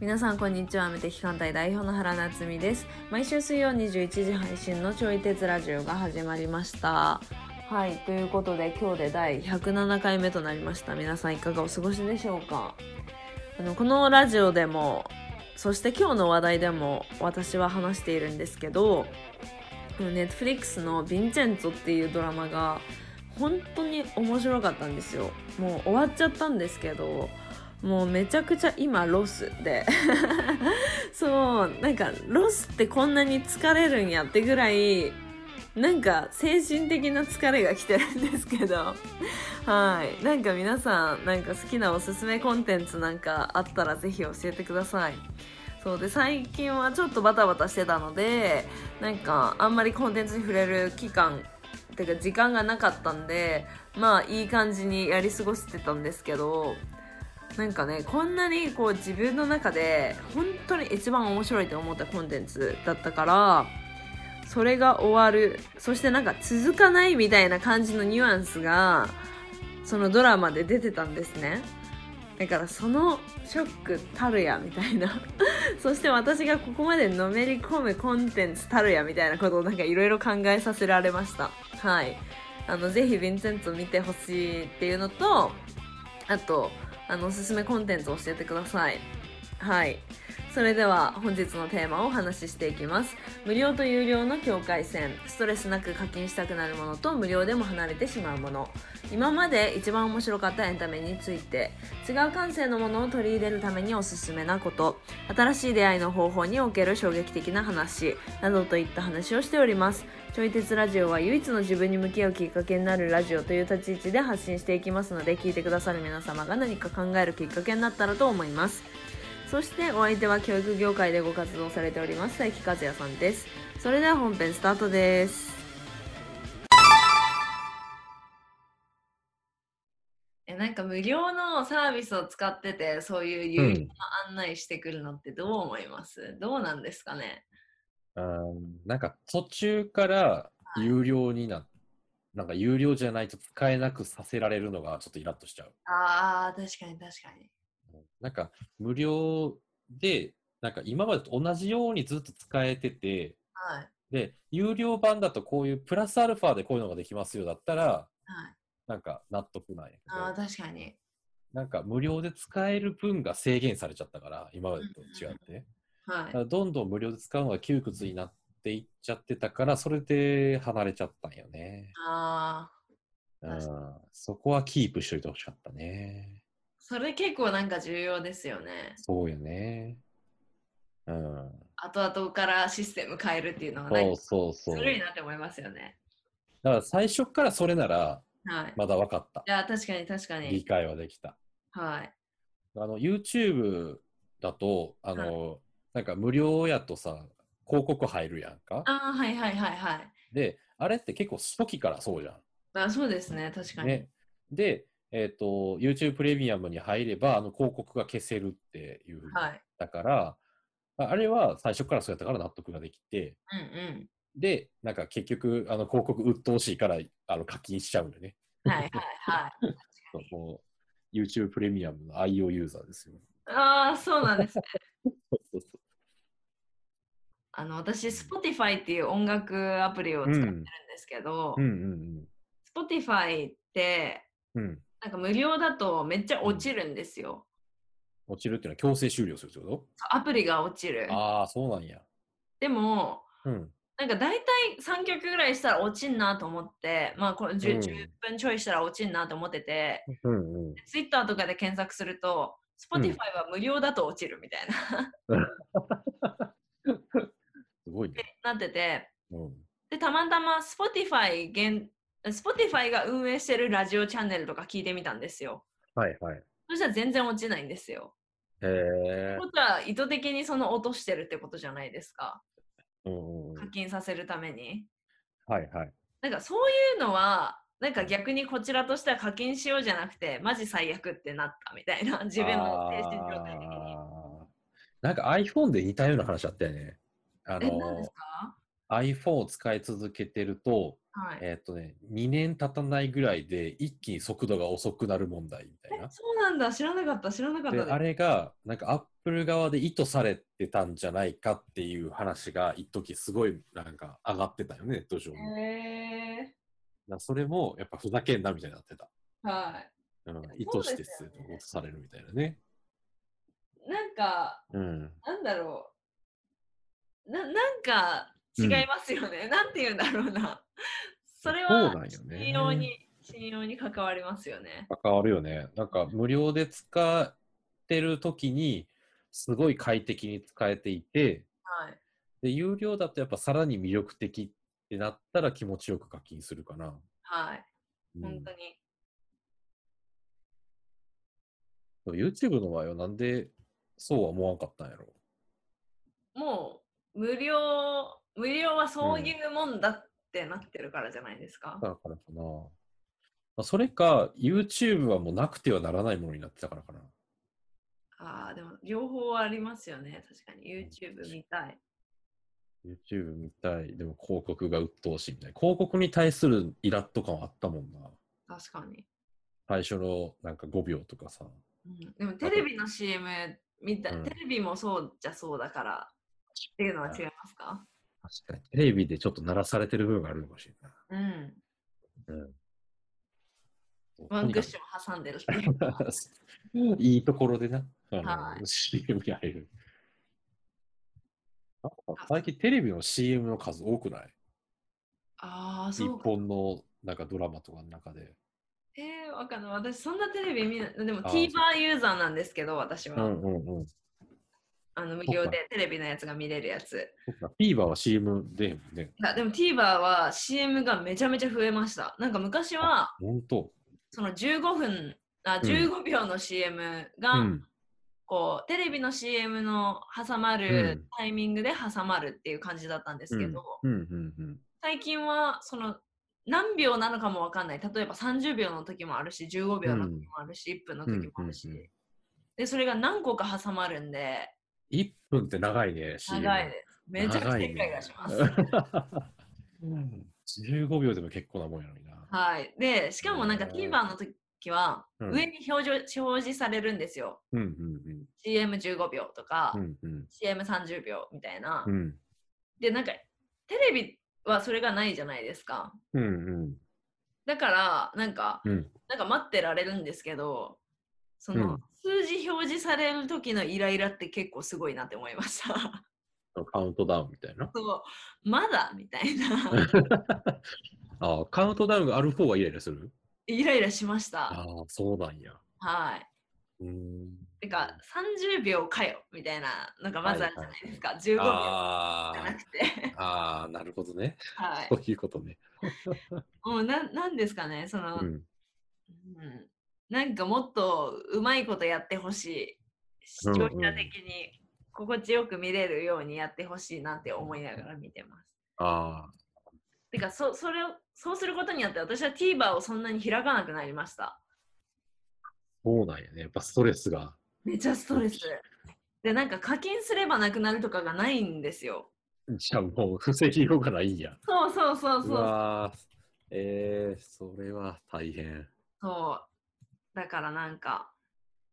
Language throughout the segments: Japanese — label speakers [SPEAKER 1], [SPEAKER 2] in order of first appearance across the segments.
[SPEAKER 1] 皆さんこんにちは無敵艦隊代表の原夏実です毎週水曜21時配信のちょい鉄ラジオが始まりましたはいということで今日で第107回目となりました皆さんいかがお過ごしでしょうかあのこのラジオでもそして今日の話題でも私は話しているんですけどネットフリックスの「ヴィンチェンツォ」っていうドラマが本当に面白かったんですよもう終わっちゃったんですけどもうめちゃくちゃ今ロスで そうなんかロスってこんなに疲れるんやってぐらいなんか精神的な疲れが来てるんですけど はいなんか皆さんなんか好きなおすすめコンテンツなんかあったらぜひ教えてくださいそうで最近はちょっとバタバタしてたのでなんかあんまりコンテンツに触れる期間てか時間がなかったんでまあいい感じにやり過ごしてたんですけどなんかねこんなにこう自分の中で本当に一番面白いと思ったコンテンツだったからそれが終わるそしてなんか続かないみたいな感じのニュアンスがそのドラマで出てたんですねだからそのショックたるやみたいな そして私がここまでのめり込むコンテンツたるやみたいなことをなんかいろいろ考えさせられましたはいあのぜひヴィンセント見てほしいっていうのとあとあのおすすめコンテンツを教えてくださいはいそれでは本日のテーマをお話ししていきます無料と有料の境界線ストレスなく課金したくなるものと無料でも離れてしまうもの今まで一番面白かったエンタメについて違う感性のものを取り入れるためにおすすめなこと新しい出会いの方法における衝撃的な話などといった話をしておりますちょい鉄ラジオは唯一の自分に向き合うきっかけになるラジオという立ち位置で発信していきますので聞いてくださる皆様が何か考えるきっかけになったらと思いますそしてお相手は教育業界でご活動されております佐伯和也さんですそれでは本編スタートですえなんか無料のサービスを使っててそういう
[SPEAKER 2] う
[SPEAKER 1] 有
[SPEAKER 2] ん、
[SPEAKER 1] 案内してくるのってどう思いますどうなんですかね
[SPEAKER 2] あーなんか途中から有料にななんか有料じゃないと使えなくさせられるのがちょっとイラッとしちゃう。
[SPEAKER 1] ああ確かに確かに
[SPEAKER 2] なんか無料で、なんか今までと同じようにずっと使えてて、
[SPEAKER 1] はい
[SPEAKER 2] で、有料版だとこういうプラスアルファでこういうのができますよだったら、
[SPEAKER 1] はい
[SPEAKER 2] なんか納得なんやけ
[SPEAKER 1] ああ
[SPEAKER 2] ど、
[SPEAKER 1] 確かに
[SPEAKER 2] なんか無料で使える分が制限されちゃったから、今までと違って。
[SPEAKER 1] は
[SPEAKER 2] だ
[SPEAKER 1] い
[SPEAKER 2] からどんどん無料で使うのが窮屈になっていっちゃってたから、それで離れちゃったんよね。
[SPEAKER 1] ああ
[SPEAKER 2] うん
[SPEAKER 1] 確
[SPEAKER 2] そこはキープしといてほしかったね。
[SPEAKER 1] それ結構なんか重要ですよね
[SPEAKER 2] そうよね。うん。
[SPEAKER 1] 後々からシステム変えるっていうのは
[SPEAKER 2] そう
[SPEAKER 1] ね
[SPEAKER 2] そう
[SPEAKER 1] ず
[SPEAKER 2] そう。
[SPEAKER 1] るい
[SPEAKER 2] だ
[SPEAKER 1] なって思いますよね
[SPEAKER 2] から最初からそれなら
[SPEAKER 1] はい
[SPEAKER 2] まだ分かった
[SPEAKER 1] い。や確かに確か
[SPEAKER 2] 理
[SPEAKER 1] に
[SPEAKER 2] 解はできた。
[SPEAKER 1] はい
[SPEAKER 2] あの YouTube だと、あの、なんか無料やとさ、広告入るやんか。
[SPEAKER 1] ああはいはいはいはい
[SPEAKER 2] で、あれって結構初期からそうじゃ
[SPEAKER 1] あそうですね確か
[SPEAKER 2] ん。
[SPEAKER 1] に、
[SPEAKER 2] ね。で、えっ、と、YouTube プレミアムに入れば、あの広告が消せるっていうふうに
[SPEAKER 1] はい
[SPEAKER 2] だから、ああれは最初からそうやったから納得ができて、
[SPEAKER 1] うんうん
[SPEAKER 2] で、なんか結局、あの広告鬱陶しいからあの課金しちゃうんだよね。
[SPEAKER 1] はいはいはい
[SPEAKER 2] そうもう YouTube プレミアムの IO ユーザーですよ。
[SPEAKER 1] ああそうなんです
[SPEAKER 2] そうそうそ
[SPEAKER 1] あの私 Spotify っていう音楽アプリを使ってるんですけど、
[SPEAKER 2] う。うんうん
[SPEAKER 1] ス Spotify って
[SPEAKER 2] うん。うん。
[SPEAKER 1] なんか無料だとめっちゃ落ちるんですよ。
[SPEAKER 2] 落ちるっていうのは強制終了するってこ
[SPEAKER 1] アプリが落ちる
[SPEAKER 2] と。ああ、そうなんや。
[SPEAKER 1] でも
[SPEAKER 2] うん。
[SPEAKER 1] なんか大体3曲ぐらいしたら落ちんなと思ってまあこの 10,、
[SPEAKER 2] うん
[SPEAKER 1] 10分ちょいしたら落ちんなと思ってて
[SPEAKER 2] うんうん。
[SPEAKER 1] Twitter とかで検索すると Spotify は無料だと落ちるみたいな、
[SPEAKER 2] すごいね。
[SPEAKER 1] なってて
[SPEAKER 2] うん。
[SPEAKER 1] でたまたま Spotify 現 Spotify が運営してるラジオチャンネルとか聞いてみたんですよ。
[SPEAKER 2] はいはい。
[SPEAKER 1] そしたら全然落ちないんですよ。
[SPEAKER 2] へえ
[SPEAKER 1] って。ことは意図的にその落としてるってことじゃないですか
[SPEAKER 2] うんうんうん。
[SPEAKER 1] 課金させるために
[SPEAKER 2] はいはい。
[SPEAKER 1] なんかそういうのはなんか逆にこちらとしては課金しようじゃなくてマジ最悪ってなったみたい な自分の精神状態的に
[SPEAKER 2] あーなんか iPhone で似たような話あったよね。あの
[SPEAKER 1] え何ですか
[SPEAKER 2] iPhone を使い続けてると、
[SPEAKER 1] はい。
[SPEAKER 2] えーっとね、2年経たないぐらいで一気に速度が遅くなる問題みたいな。
[SPEAKER 1] そうなんだ。知らなかった。知らなかった
[SPEAKER 2] で、
[SPEAKER 1] です
[SPEAKER 2] あれが、なんかアップル側で意図されてたんじゃないかっていう話が、一時すごいなんか上がってたよね、ネット上に。だか
[SPEAKER 1] へ
[SPEAKER 2] らそれも、やっぱふざけんなみたいになってた。
[SPEAKER 1] ーは
[SPEAKER 2] うん
[SPEAKER 1] や
[SPEAKER 2] 意図してする落とされるみたいなね。
[SPEAKER 1] い。なんか、
[SPEAKER 2] うん。
[SPEAKER 1] なんだろう。な、なんか違いますよね。 なんて言うんだろうな。それ
[SPEAKER 2] そう
[SPEAKER 1] は
[SPEAKER 2] なんよね
[SPEAKER 1] 信用に、信用に関わりますよね。
[SPEAKER 2] 関わるよね。なんか無料で使ってる時に、すごい快適に使えていて、
[SPEAKER 1] はい。
[SPEAKER 2] で、有料だとやっぱさらに魅力的ってなったら気持ちよく課金するかな。
[SPEAKER 1] はい。
[SPEAKER 2] うん
[SPEAKER 1] 本当に。
[SPEAKER 2] そう YouTube の場合はなんでそうは思わんかったんやろ
[SPEAKER 1] もう、無料、無料はそういうもんだってなってるからじゃないですか。
[SPEAKER 2] だからかな。まあそれか、YouTube はもうなくてはならないものになってたからかな。
[SPEAKER 1] ああ、でも、両方ありますよね。確かに。YouTube 見たい。
[SPEAKER 2] YouTube 見たい。でも広告が鬱陶しいみたいな。広告に対するイラッと感はあったもんな。
[SPEAKER 1] 確かに。
[SPEAKER 2] 最初のなんか5秒とかさ。
[SPEAKER 1] うん、でも、テレビの CM 見た、
[SPEAKER 2] うん
[SPEAKER 1] テレビもそうじゃそうだからっていうのは違いますか
[SPEAKER 2] 確かに。テレビでちょっと鳴らされてる部分があるのかもしれない。
[SPEAKER 1] うん。
[SPEAKER 2] そう
[SPEAKER 1] ワンクッシ
[SPEAKER 2] と
[SPEAKER 1] ョン挟んでるっていうか。
[SPEAKER 2] にかくいいところでな。あの、
[SPEAKER 1] は
[SPEAKER 2] CM やれる。なんか最近テレビの CM の数多くない
[SPEAKER 1] ああ、
[SPEAKER 2] 日
[SPEAKER 1] そうか。
[SPEAKER 2] 本のなんかドラマとかの中で。
[SPEAKER 1] えー、わかんない。私、そんなテレビ見ない。でも、
[SPEAKER 2] あー
[SPEAKER 1] TVer ユーザーなんですけど、私は。
[SPEAKER 2] うんうん。
[SPEAKER 1] あの無料でテレビのやつが見れるやつ。
[SPEAKER 2] そっか TVer は CM でへんもんね。
[SPEAKER 1] いやでも TVer は CM がめちゃめちゃ増えました。なんか昔は
[SPEAKER 2] ほんと。
[SPEAKER 1] その15分、あ
[SPEAKER 2] うん
[SPEAKER 1] 15秒の CM が、
[SPEAKER 2] うん。
[SPEAKER 1] こうテレビの CM の挟ま
[SPEAKER 2] う
[SPEAKER 1] る
[SPEAKER 2] ん
[SPEAKER 1] タイミングで挟まるっていう感じだったんですけど、
[SPEAKER 2] うんうんうん。
[SPEAKER 1] 最近はその何秒なのかもわかんない。例えば30秒の時もあるし、15秒の時もあるし、1分の時もあるし。
[SPEAKER 2] うんうんうん
[SPEAKER 1] で、それが何個か挟まるんで、
[SPEAKER 2] 1分って長いね、CM。
[SPEAKER 1] 長いです。めちゃくちゃ一回がします。
[SPEAKER 2] す。15秒でも結構なもんやのにな。
[SPEAKER 1] はい。で、しかもなんか
[SPEAKER 2] へー
[SPEAKER 1] TVer の時は、
[SPEAKER 2] うん
[SPEAKER 1] 上に表示表示されるんですよ。
[SPEAKER 2] うんうん
[SPEAKER 1] CM15 秒とか、
[SPEAKER 2] うん。うんうん。
[SPEAKER 1] CM30 秒みたいな。
[SPEAKER 2] うん
[SPEAKER 1] で、なんか、テレビはそれがないじゃないですか。
[SPEAKER 2] うん
[SPEAKER 1] だから、なんか、
[SPEAKER 2] うん
[SPEAKER 1] なんか待ってられるんですけど、そうの、
[SPEAKER 2] ん
[SPEAKER 1] 数字表示される時のイライラって結構すごいなって思いました。
[SPEAKER 2] うん。カウントダウンみたいな。
[SPEAKER 1] そう、まだみたいな。
[SPEAKER 2] ああ、カウントダウンがある方はイライラする
[SPEAKER 1] イライラしまし
[SPEAKER 2] あ
[SPEAKER 1] た。
[SPEAKER 2] あ、そうなんや。
[SPEAKER 1] はい。
[SPEAKER 2] うーん。
[SPEAKER 1] てか、30秒かよみたいなのがまずあるじゃないですか。15秒。
[SPEAKER 2] あ
[SPEAKER 1] じゃなくて、
[SPEAKER 2] あ、ああ、なるほどね。
[SPEAKER 1] はい
[SPEAKER 2] そ、ういうことね。
[SPEAKER 1] もうなんなんですかね、その、う
[SPEAKER 2] うんん。
[SPEAKER 1] なんかもっとうまいことやってほしい、視
[SPEAKER 2] うんう
[SPEAKER 1] 聴
[SPEAKER 2] ん
[SPEAKER 1] 者的に心地よく見れるようにやってほしいなって思いながら見てます。
[SPEAKER 2] ああ、
[SPEAKER 1] てかそそれを、そうすることによって私は TVer をそんなに開かなくなりました。
[SPEAKER 2] そうなんやね。やっぱストレスが。
[SPEAKER 1] めちゃストレス。で、なんか課金すればなくなるとかがないんですよ。
[SPEAKER 2] じゃあもう防ぎようがないんや。
[SPEAKER 1] そうそうそう
[SPEAKER 2] う
[SPEAKER 1] そう。
[SPEAKER 2] わーえー、それは大変。
[SPEAKER 1] そうだからなんか、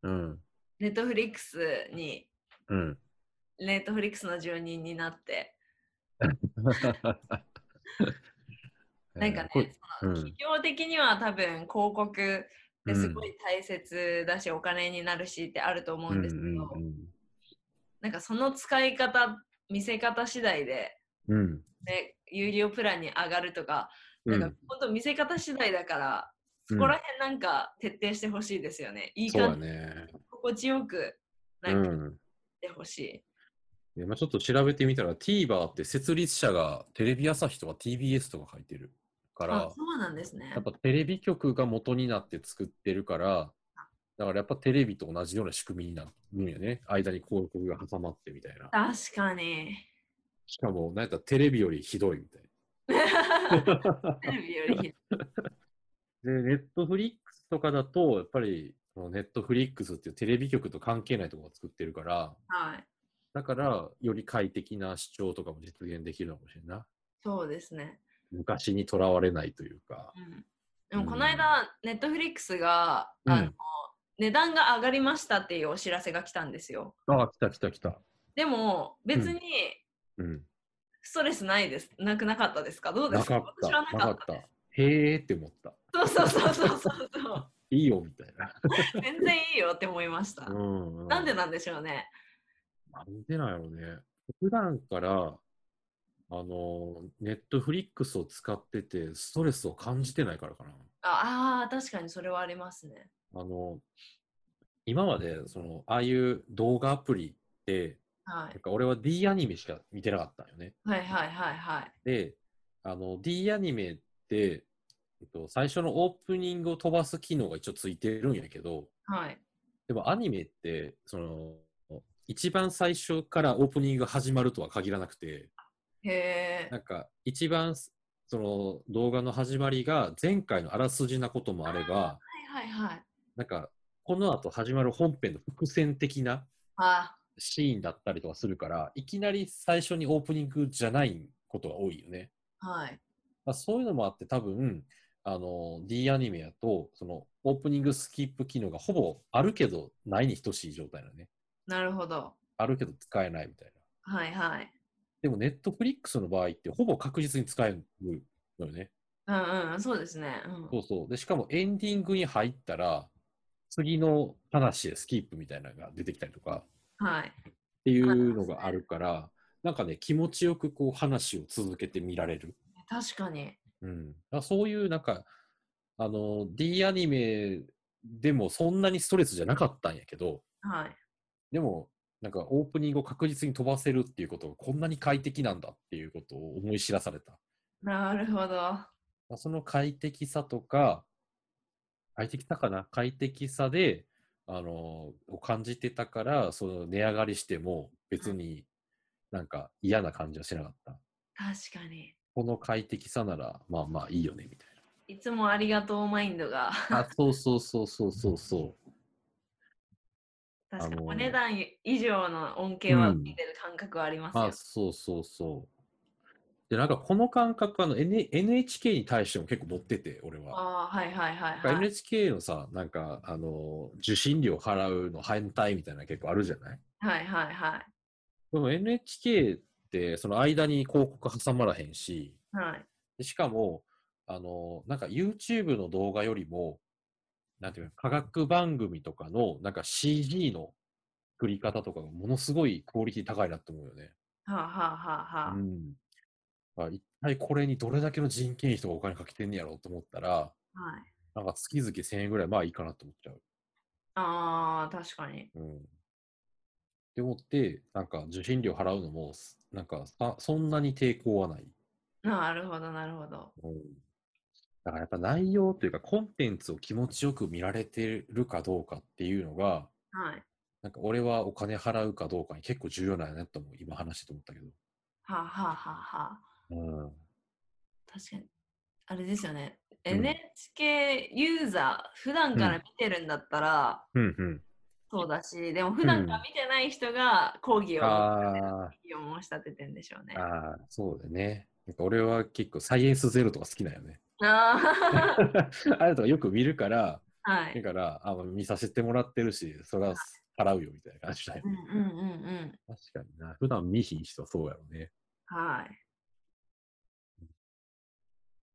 [SPEAKER 2] うん。
[SPEAKER 1] ネットフリックスに
[SPEAKER 2] うん。
[SPEAKER 1] ネットフリックスの住人になって、なんかね、
[SPEAKER 2] これ
[SPEAKER 1] その
[SPEAKER 2] うん
[SPEAKER 1] 企業的には多分広告ってすごい大切だし、お金になるしってあると思うんですけど、なんかその使い方、見せ方次第で、
[SPEAKER 2] うんうん
[SPEAKER 1] ね、有料プランに上がるとか、
[SPEAKER 2] うん。う
[SPEAKER 1] なん
[SPEAKER 2] ん
[SPEAKER 1] か本当見せ方次第だから、そこら辺なんか徹底してほしいですよね。いい
[SPEAKER 2] そうだ
[SPEAKER 1] 感じ、
[SPEAKER 2] ね。
[SPEAKER 1] 心地よくな
[SPEAKER 2] うん
[SPEAKER 1] かやっ
[SPEAKER 2] ん。
[SPEAKER 1] てほしい。
[SPEAKER 2] でまあ、ちょっと調べてみたら TVer って設立者がテレビ朝日とか TBS とか書いてるか
[SPEAKER 1] あ
[SPEAKER 2] ら、
[SPEAKER 1] そうなんですね
[SPEAKER 2] やっ。ぱテレビ局が元になって作ってるから、だからやっぱテレビと同じような仕組みになるんよね。間に広告が挟まってみたいな。
[SPEAKER 1] 確かに。
[SPEAKER 2] しかも、なんやったらテレビよりひどいみたいな。
[SPEAKER 1] テレビよりひどい
[SPEAKER 2] で、ネットフリックスとかだと、やっぱり、ネットフリックスっていうテレビ局と関係ないところを作ってるから、
[SPEAKER 1] はい。
[SPEAKER 2] だから、より快適な視聴とかも実現できるのかもしれんな
[SPEAKER 1] そうですね。
[SPEAKER 2] 昔にとらわれないというか。
[SPEAKER 1] うん、でもこの間、ネットフリックスが、あ
[SPEAKER 2] う
[SPEAKER 1] の
[SPEAKER 2] ん
[SPEAKER 1] 値段が上がりましたっていうお知らせが来たんですよ。
[SPEAKER 2] ああ、来た来た来た。
[SPEAKER 1] でも別
[SPEAKER 2] う
[SPEAKER 1] に
[SPEAKER 2] うん。
[SPEAKER 1] ストレスないです、なくなかったですかどうで
[SPEAKER 2] な
[SPEAKER 1] すか
[SPEAKER 2] かった。
[SPEAKER 1] 私はな
[SPEAKER 2] な
[SPEAKER 1] か
[SPEAKER 2] か
[SPEAKER 1] っ
[SPEAKER 2] ったた
[SPEAKER 1] です。。
[SPEAKER 2] へえって思った。
[SPEAKER 1] そうそうそうそうそうそう。
[SPEAKER 2] いいよみた いな。
[SPEAKER 1] 全然いいよって思いました。
[SPEAKER 2] うんうん
[SPEAKER 1] なんでなんでしょうね。
[SPEAKER 2] なんでなんやろうね。普段から、あの、ネットフリックスを使ってて、ストレスを感じてないからかな。
[SPEAKER 1] ああー、確かにそれはありますね。
[SPEAKER 2] あの、今まで、その、ああいう動画アプリって、
[SPEAKER 1] は
[SPEAKER 2] なん
[SPEAKER 1] い、
[SPEAKER 2] か俺は D アニメしか見てなかったんよね。
[SPEAKER 1] はいはいはいはい。
[SPEAKER 2] で、あの、D アニメって、えっと、最初のオープニングを飛ばす機能が一応ついてるんやけど、
[SPEAKER 1] はい、
[SPEAKER 2] でもアニメって、その、一番最初からオープニングが始まるとは限らなくて、
[SPEAKER 1] へ
[SPEAKER 2] なんか一番すその動画の始まりが前回のあらすじなこともあれば、
[SPEAKER 1] え。はいはいはい。
[SPEAKER 2] なんかこの後始まる本編の伏線的な
[SPEAKER 1] あ
[SPEAKER 2] シーンだったりとかするから、いきなり最初にオープニングじゃないことが多いよね。
[SPEAKER 1] ーはい。
[SPEAKER 2] まあ、そういうのもあって多分、あの、D アニメやと、そのオープニングスキップ機能がほぼあるけどないに等しい状態だね。
[SPEAKER 1] なるほど。
[SPEAKER 2] あるけど使えないみたいな。
[SPEAKER 1] はいはい。
[SPEAKER 2] でもネットフリックスの場合ってほぼ確実に使えるのよね。
[SPEAKER 1] うんうん、そうですね。うん、
[SPEAKER 2] そうそう。で、しかもエンディングに入ったら、次の話へスキップみたいなのが出てきたりとか
[SPEAKER 1] はい。
[SPEAKER 2] っていうのがあるから、なんかね、気持ちよくこう話を続けて見られる。
[SPEAKER 1] 確かに。
[SPEAKER 2] うん。だからそういうなんか、あの、D アニメでもそんなにストレスじゃなかったんやけど、
[SPEAKER 1] はい。
[SPEAKER 2] でも、なんかオープニングを確実に飛ばせるっていうことがこんなに快適なんだっていうことを思い知らされた。
[SPEAKER 1] なるほど。
[SPEAKER 2] まあその快適さとか、快適さかな快適さで、あのを感じてたから、その値上がりしても別になんか嫌な感じはしなかった。
[SPEAKER 1] 確かに。
[SPEAKER 2] この快適さなら、まあまあいいよね、みたい
[SPEAKER 1] いつもありがとうマインドが。
[SPEAKER 2] な。あ、そうそうそうそうそうそう。
[SPEAKER 1] 確かに、
[SPEAKER 2] あのー
[SPEAKER 1] お値段以上の恩恵は
[SPEAKER 2] うん
[SPEAKER 1] 受けてる感覚はありますよ。
[SPEAKER 2] あ、そうそうそう。で、なんかこの感覚はあの N NHK に対しても結構持ってて、俺は。
[SPEAKER 1] ああ、はいはいはい
[SPEAKER 2] なんか
[SPEAKER 1] はい。
[SPEAKER 2] NHK のさ、なんか、あの、受信料払うの反対みたいなの結構あるじゃない
[SPEAKER 1] はいはいはい。
[SPEAKER 2] でも NHK ってその間に広告挟まらへんし、
[SPEAKER 1] はい、
[SPEAKER 2] でしかも、あの、なんか YouTube の動画よりも、なんていうの、科学番組とかのなんか CG の作り方とかがものすごいクオリティ高いなって思うよね。
[SPEAKER 1] はあ、はあはあはあ
[SPEAKER 2] うん。だから一体これにどれだけの人件費とかお金かけてんねやろうと思ったら、
[SPEAKER 1] はい、
[SPEAKER 2] なんか月々1000円ぐらいまあいいかなと思っちゃう。
[SPEAKER 1] ああ、確かに。
[SPEAKER 2] うん。って思って、なんか受信料払うのも、なんかあそんなに抵抗はない。
[SPEAKER 1] なるほどなるほど。
[SPEAKER 2] うんだからやっぱ内容というかコンテンツを気持ちよく見られてるかどうかっていうのが、
[SPEAKER 1] はい。
[SPEAKER 2] なんか俺はお金払うかどうかに結構重要なんやなと思う。今話してて思ったけど。
[SPEAKER 1] はあ、はあはあはあ、
[SPEAKER 2] うん。
[SPEAKER 1] 確かに。あれですよね。
[SPEAKER 2] ん
[SPEAKER 1] NHK ユーザー、普段から見てるんだったら、
[SPEAKER 2] うんうん。
[SPEAKER 1] そうだし、でも普段から見てない人が講義を、
[SPEAKER 2] あ
[SPEAKER 1] 講義を申し立ててんでしょうね。
[SPEAKER 2] ーあー、そうだよね。なんか俺は結構サイエンスゼロとか好きなんよね。
[SPEAKER 1] あ
[SPEAKER 2] あれとかよく見るから、
[SPEAKER 1] あ、はい
[SPEAKER 2] だ。からあ見させてもらってるし、それは払うよみたいな感じだよ
[SPEAKER 1] う。んうんうんうん。
[SPEAKER 2] 確かにな。普段見ひん人はそうやろうね。
[SPEAKER 1] はい。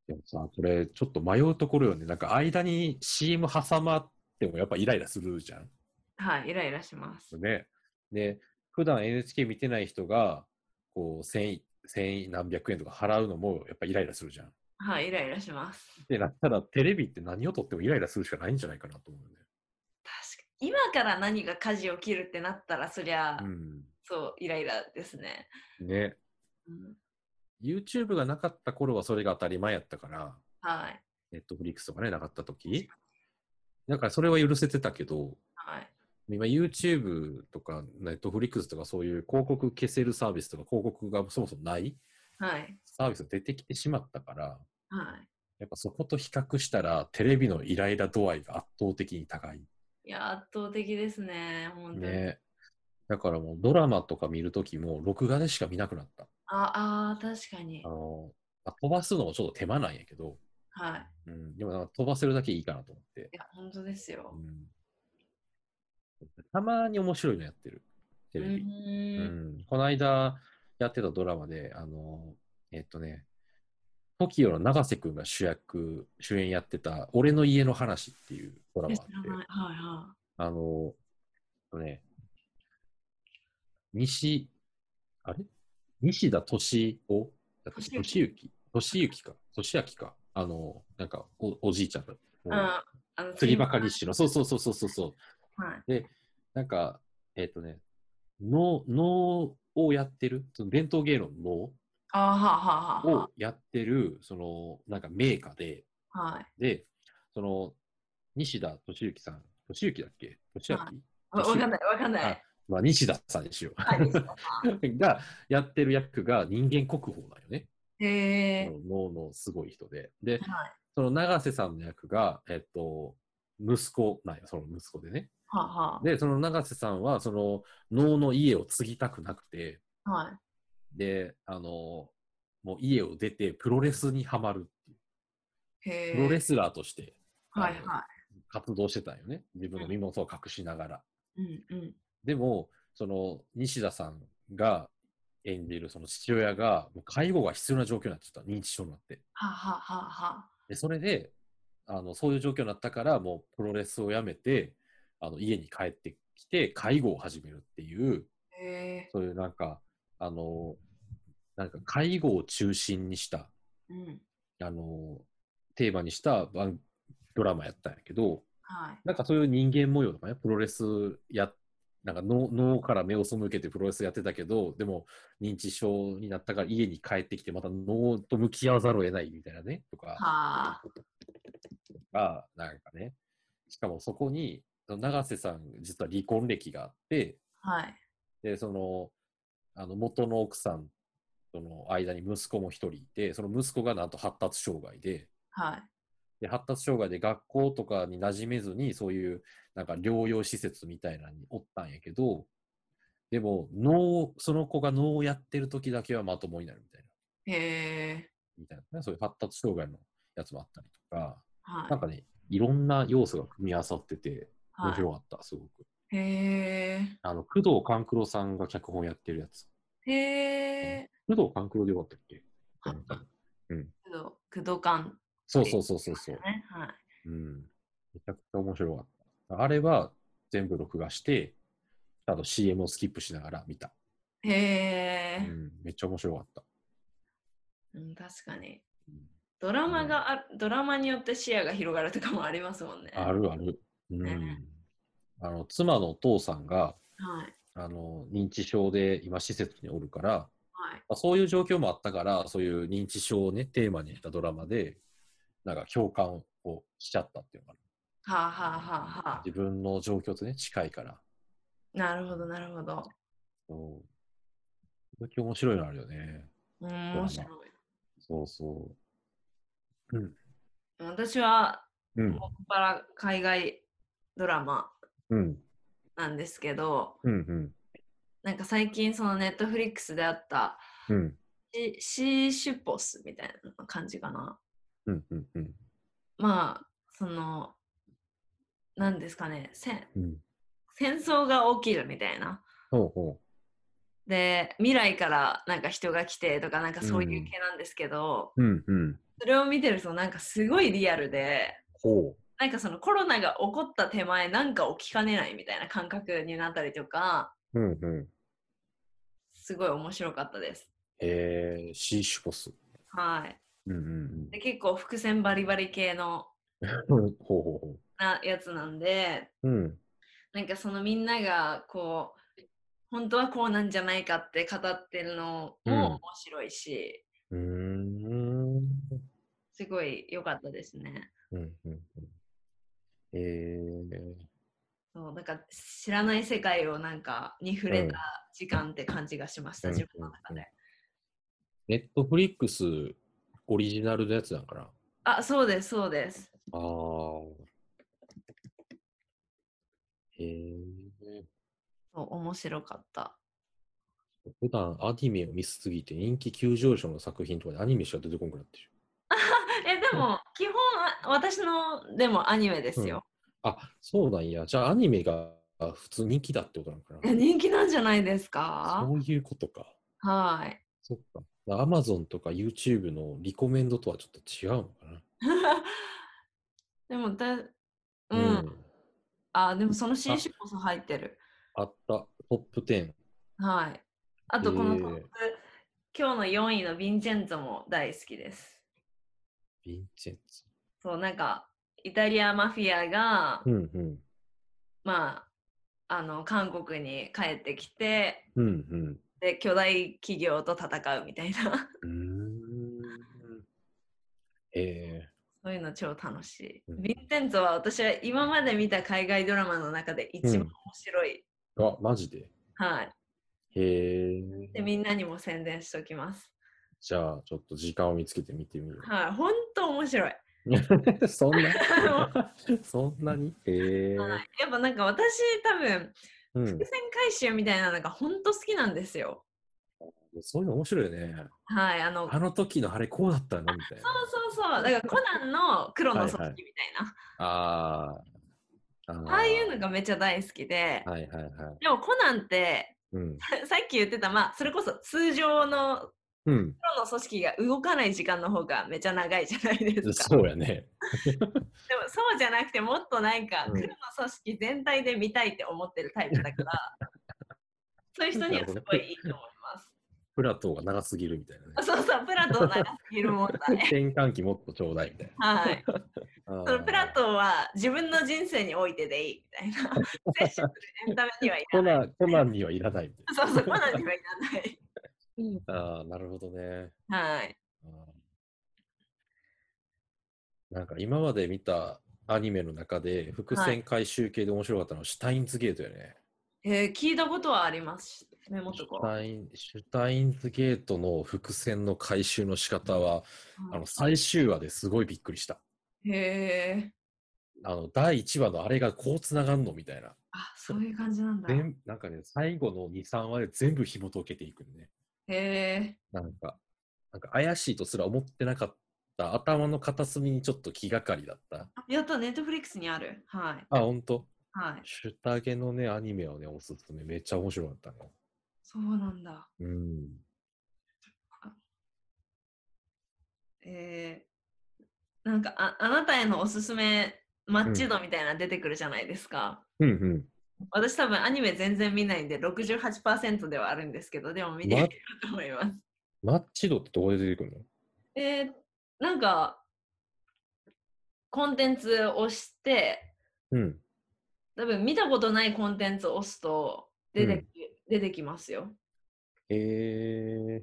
[SPEAKER 2] でもさ、これちょっと迷うところよね。なんか間に CM 挟まってもやっぱイライラするじゃん。
[SPEAKER 1] はい。イライラします。
[SPEAKER 2] ね。で、普段 NHK 見てない人が、こう、千い千い何百円とか払うのもやっぱイライラするじゃん。っ
[SPEAKER 1] はい。イライラします。
[SPEAKER 2] てなったらテレビって何を撮ってもイライラするしかないんじゃないかなと思うよね。
[SPEAKER 1] 確かに。今から何が火事起きるってなったら、そりゃ、
[SPEAKER 2] う
[SPEAKER 1] そう、イライラですね。
[SPEAKER 2] ん。ね。
[SPEAKER 1] うん、
[SPEAKER 2] YouTube がなかった頃はそれが当たり前やったから、
[SPEAKER 1] はい。
[SPEAKER 2] Netflix とかね、なかった時。だからそれは許せてたけど、
[SPEAKER 1] はい。
[SPEAKER 2] 今 YouTube とか Netflix とかそういう広告消せるサービスとか広告がそもそもない
[SPEAKER 1] はい。
[SPEAKER 2] サービスが出てきてしまったから、
[SPEAKER 1] はい。
[SPEAKER 2] やっぱそこと比較したらテレビのイライラ度合いが圧倒的に高い。
[SPEAKER 1] いや、圧倒的ですね。本当に。
[SPEAKER 2] ね。だからもうドラマとか見るときも録画でしか見なくなった。
[SPEAKER 1] ああー、確かに
[SPEAKER 2] あ。の、まあ飛ばすのもちょっと手間なんやけど、
[SPEAKER 1] はい。
[SPEAKER 2] うん、でもなんか飛ばせるだけいいかなと思って。
[SPEAKER 1] いや、本当ですよ
[SPEAKER 2] う。んたまに面白いのやってる、テ
[SPEAKER 1] う
[SPEAKER 2] レビ。うん
[SPEAKER 1] ん。
[SPEAKER 2] この間やってたドラマで、あの、えっとね、TOKIO の永瀬くんが主役、主演やってた、俺の家の話っていうドラマ
[SPEAKER 1] え
[SPEAKER 2] が
[SPEAKER 1] 知
[SPEAKER 2] あ
[SPEAKER 1] ら
[SPEAKER 2] って
[SPEAKER 1] ない。、はいは
[SPEAKER 2] あの、えっとね、西、あれ西田敏夫だったっけ
[SPEAKER 1] 敏
[SPEAKER 2] 敏行敏行か。敏明か。あの、なんかお、おじいちゃんだ。
[SPEAKER 1] い。ああの
[SPEAKER 2] 釣りバカ西の。そうそうそうそうそうそう。
[SPEAKER 1] はい。
[SPEAKER 2] なんか、えっ、とね、能、能をやってる、その伝統芸能の
[SPEAKER 1] ああ、はあは
[SPEAKER 2] 能をやってる、その、なんか名家で、
[SPEAKER 1] あはあ。はい。
[SPEAKER 2] で、その、西田敏行さん、敏行だっけ敏明、
[SPEAKER 1] はわわかんない、わかんない。
[SPEAKER 2] まあ、西田さんにしよう。
[SPEAKER 1] はい。
[SPEAKER 2] がやってる役が人間国宝なんよね。
[SPEAKER 1] へえ。
[SPEAKER 2] 脳のすごい人で。で、
[SPEAKER 1] はい。
[SPEAKER 2] その永瀬さんの役が、えっと、息子なんよ、その息子でね。
[SPEAKER 1] はあは
[SPEAKER 2] で、その永瀬さんは、その能の家を継ぎたくなくて、
[SPEAKER 1] あ。はい。
[SPEAKER 2] で、あの、もう家を出てプロレスにはまるっていう。
[SPEAKER 1] へえ。
[SPEAKER 2] プロレスラーとして
[SPEAKER 1] はいは
[SPEAKER 2] 活動してたんよね。自分の身元を隠しながら。
[SPEAKER 1] い。うんうん。
[SPEAKER 2] でも、その西田さんが演じるその父親が、もう介護が必要な状況になってた、認知症になって。
[SPEAKER 1] はあはあはあはあ。
[SPEAKER 2] で、それで、あのそういう状況になったから、もうプロレスをやめて、あの家に帰ってきて、介護を始めるっていう、
[SPEAKER 1] へえ。
[SPEAKER 2] そういうなんか、あの、なんか介護を中心にした、
[SPEAKER 1] うん。
[SPEAKER 2] あの、テーマにした番ドラマやったんやけど、
[SPEAKER 1] はい。
[SPEAKER 2] なんかそういう人間模様とかね、プロレスや、なんか脳脳から目を背けてプロレスやってたけど、でも認知症になったから家に帰ってきて、また脳と向き合わざるを得ないみたいなね、とか
[SPEAKER 1] はあ。
[SPEAKER 2] が、なんかね、しかもそこに、その永瀬さん、実は離婚歴があって、
[SPEAKER 1] はい。
[SPEAKER 2] で、その、あの元の奥さんとの間に息子も一人いて、その息子がなんと発達障害で、
[SPEAKER 1] はい。
[SPEAKER 2] で発達障害で学校とかに馴染めずにそういうなんか療養施設みたいなのにおったんやけどでも脳その子が脳をやってる時だけはまともになるみたいな
[SPEAKER 1] へえ。
[SPEAKER 2] みたいな、ね、そういう発達障害のやつもあったりとか、
[SPEAKER 1] はい。
[SPEAKER 2] なんかねいろんな要素が組み合わさってて面
[SPEAKER 1] は
[SPEAKER 2] 白かった、すごく
[SPEAKER 1] い。へえ。
[SPEAKER 2] あの工藤官九郎さんが脚本やってるやつ
[SPEAKER 1] へえ。
[SPEAKER 2] 工藤官九郎でよかったっけ
[SPEAKER 1] はい
[SPEAKER 2] うん
[SPEAKER 1] 工藤工藤館
[SPEAKER 2] そうそうそうそうそう、
[SPEAKER 1] ね。はい。
[SPEAKER 2] うん、めちゃくちゃ面白かったあれは全部録画してあと CM をスキップしながら見た
[SPEAKER 1] へ
[SPEAKER 2] う
[SPEAKER 1] え、
[SPEAKER 2] ん、めっちゃ面白かった。
[SPEAKER 1] うん、確かに
[SPEAKER 2] うん。
[SPEAKER 1] ドラマがあ、ドラマによって視野が広がるとかもありますもんね。
[SPEAKER 2] あるある。う
[SPEAKER 1] ね
[SPEAKER 2] ん、あの妻のお父さんが
[SPEAKER 1] はい。
[SPEAKER 2] あの認知症で今施設におるから、
[SPEAKER 1] はい。
[SPEAKER 2] まあ、そういう状況もあったからそういう認知症をねテーマにしたドラマでなんか共感をしちゃったっていうのか
[SPEAKER 1] はあ、はあはあ
[SPEAKER 2] な
[SPEAKER 1] はあ、
[SPEAKER 2] 自分の状況とね近いから
[SPEAKER 1] なるほど、なるほど。
[SPEAKER 2] そう時々面白いのあるよね
[SPEAKER 1] うん、面白い。
[SPEAKER 2] そうそう
[SPEAKER 1] 私は、
[SPEAKER 2] うん
[SPEAKER 1] もっぱら海外ドラマ
[SPEAKER 2] うん
[SPEAKER 1] なんですけど、
[SPEAKER 2] うんうん
[SPEAKER 1] なんか最近、そのネットフリックスであった、
[SPEAKER 2] うん
[SPEAKER 1] シシーシュポスみたいな感じかな。
[SPEAKER 2] うんうんうん
[SPEAKER 1] まあ、その、なんですかね、せん
[SPEAKER 2] うん
[SPEAKER 1] 戦争が起きるみたいな。
[SPEAKER 2] ほうほ
[SPEAKER 1] で未来からなんか人が来てとかなんかそういううん系なんですけど、
[SPEAKER 2] ううんうん
[SPEAKER 1] それを見てるとなんかすごいリアルで
[SPEAKER 2] ほ
[SPEAKER 1] なんかそのコロナが起こった手前なんか起きかねないみたいな感覚になったりとか
[SPEAKER 2] ううんうん
[SPEAKER 1] すごい面白かったです。
[SPEAKER 2] えー、シーシュポス
[SPEAKER 1] はい、
[SPEAKER 2] うんうん
[SPEAKER 1] で結構伏線バリバリ系の
[SPEAKER 2] うん。ほうほうほ
[SPEAKER 1] なやつなんで
[SPEAKER 2] う。うん。
[SPEAKER 1] なんかそのみんながこう本当はこうなんじゃないかって語ってるのも面白いし、
[SPEAKER 2] うーん。
[SPEAKER 1] すごい良かったですね。
[SPEAKER 2] うんうんうん。えー、
[SPEAKER 1] そうなんか知らない世界をなんかに触れ
[SPEAKER 2] うん
[SPEAKER 1] た時間って感じがしました、
[SPEAKER 2] うん
[SPEAKER 1] 自分の中で。
[SPEAKER 2] ネットフリックスオリジナルのやつなんかなあ
[SPEAKER 1] あそうですそうです。
[SPEAKER 2] あー。えー、
[SPEAKER 1] そう面白かった。
[SPEAKER 2] 普段アニメを見すぎて人気急上昇の作品とかでアニメしか出てこなくなってる。
[SPEAKER 1] えでも基本あ私のでもアニメですよ、
[SPEAKER 2] あ、そうなんや。じゃあアニメが普通人気だってことなのか
[SPEAKER 1] え人気なんじゃないです
[SPEAKER 2] な。
[SPEAKER 1] か
[SPEAKER 2] そういうことか。
[SPEAKER 1] はい
[SPEAKER 2] そっか。アマゾンとか YouTube のリコメンドとはちょっと違うのか
[SPEAKER 1] でもだうん、
[SPEAKER 2] な。
[SPEAKER 1] あでもその新種こそ入ってる
[SPEAKER 2] あった。トップ10。
[SPEAKER 1] はいあとこの
[SPEAKER 2] え
[SPEAKER 1] トップ、
[SPEAKER 2] ー
[SPEAKER 1] 今日の4位のヴィンチェンツォも大好きです
[SPEAKER 2] ヴィンチェンツ
[SPEAKER 1] そうなんかイタリアマフィアが、
[SPEAKER 2] ォ。うんうん。
[SPEAKER 1] まああの韓国に帰ってきて
[SPEAKER 2] うんうん。
[SPEAKER 1] で巨大企業と戦うみたいな
[SPEAKER 2] うーん。え
[SPEAKER 1] そういうの超楽しい。
[SPEAKER 2] うん
[SPEAKER 1] ヴィンテンツォは私は今まで見た海外ドラマの中で一番
[SPEAKER 2] うん
[SPEAKER 1] 面白い。
[SPEAKER 2] ー、あ、マジで。
[SPEAKER 1] はい。
[SPEAKER 2] へえ。
[SPEAKER 1] で、みんなにも宣伝しておきます。
[SPEAKER 2] じゃあ、ちょっと時間を見つけて見てみよ
[SPEAKER 1] はい。本当面 白い。
[SPEAKER 2] う。 そんなそんなにへえ。
[SPEAKER 1] はい、やっぱなんか私多分、
[SPEAKER 2] うん
[SPEAKER 1] 伏。線回収みたいなのが本当好きなんですよ。
[SPEAKER 2] そういうの面白いよね。
[SPEAKER 1] はい。あの、
[SPEAKER 2] あの時のあれこうだったな、みたいな。
[SPEAKER 1] そうそうそう。だからコナンの黒の組織みたいな。
[SPEAKER 2] ああ。あ
[SPEAKER 1] ああいうの
[SPEAKER 2] が。
[SPEAKER 1] がめっちゃ大好きで。
[SPEAKER 2] はいはいはい。
[SPEAKER 1] でもコナンって、
[SPEAKER 2] うん。
[SPEAKER 1] さっき言ってた、まあ、それこそ通常の
[SPEAKER 2] うん。
[SPEAKER 1] プロの組織が動かない時間の方がめちゃ長いじゃないですか。
[SPEAKER 2] そうやね。
[SPEAKER 1] でもそうじゃなくてもっとなんか
[SPEAKER 2] うん
[SPEAKER 1] 黒の組織全体で見たいって思ってるタイプだから そういう人にはすごいいいと思います。
[SPEAKER 2] プラトーが長すぎるみたいなね。
[SPEAKER 1] そうそうプラトー長すぎる問 題。
[SPEAKER 2] 転換期もっとちょうだいみたい
[SPEAKER 1] はい、
[SPEAKER 2] な。
[SPEAKER 1] そのプラトーは自分の人生においてでいいみたいな摂取するエンタメにはい
[SPEAKER 2] コ
[SPEAKER 1] らない
[SPEAKER 2] ナンコナンにはいらないみたい
[SPEAKER 1] そうそうコナンにはいらない
[SPEAKER 2] な。ああ、なるほどね。
[SPEAKER 1] はい
[SPEAKER 2] あーなんか今まで見たアニメの中で伏線回収系で面白かったのはシュタインズゲートやね。
[SPEAKER 1] えー聞いたことはありますメモ
[SPEAKER 2] シ
[SPEAKER 1] と
[SPEAKER 2] ュ
[SPEAKER 1] か、
[SPEAKER 2] タインシュタインズゲートの伏線の回収の仕方は、あの最終話ですごいびっくりした。
[SPEAKER 1] へえ
[SPEAKER 2] あの第1話のあれがこうつながんのみたいな。
[SPEAKER 1] あそういう感じなんだへ
[SPEAKER 2] 全なんかね、最後の2、3話で全部紐解けていくのね。
[SPEAKER 1] え
[SPEAKER 2] なんか、なんか怪しいとすら思ってなかった頭の片隅にちょっと気がかりだった。
[SPEAKER 1] やった、ネットフリックスにある。はい。
[SPEAKER 2] あ、ほんと。
[SPEAKER 1] はい。
[SPEAKER 2] シュタゲのね、アニメはね、おすすめ。めっちゃ面白かったね。
[SPEAKER 1] そうなんだ。
[SPEAKER 2] うん。
[SPEAKER 1] えー、なんかあ、あなたへのおすすめマッチ度みたいなの出てくるじゃないですか。
[SPEAKER 2] うん
[SPEAKER 1] 私多分アニメ全然見ないんで68%ではあるんですけど、でも見てみようと思います。
[SPEAKER 2] うん。マッチ度ってどこで出てくるの
[SPEAKER 1] えー、なんか、コンテンツを押して、
[SPEAKER 2] うん。
[SPEAKER 1] 多分見たことないコンテンツを押すと出て,、出てきますよ。
[SPEAKER 2] えー。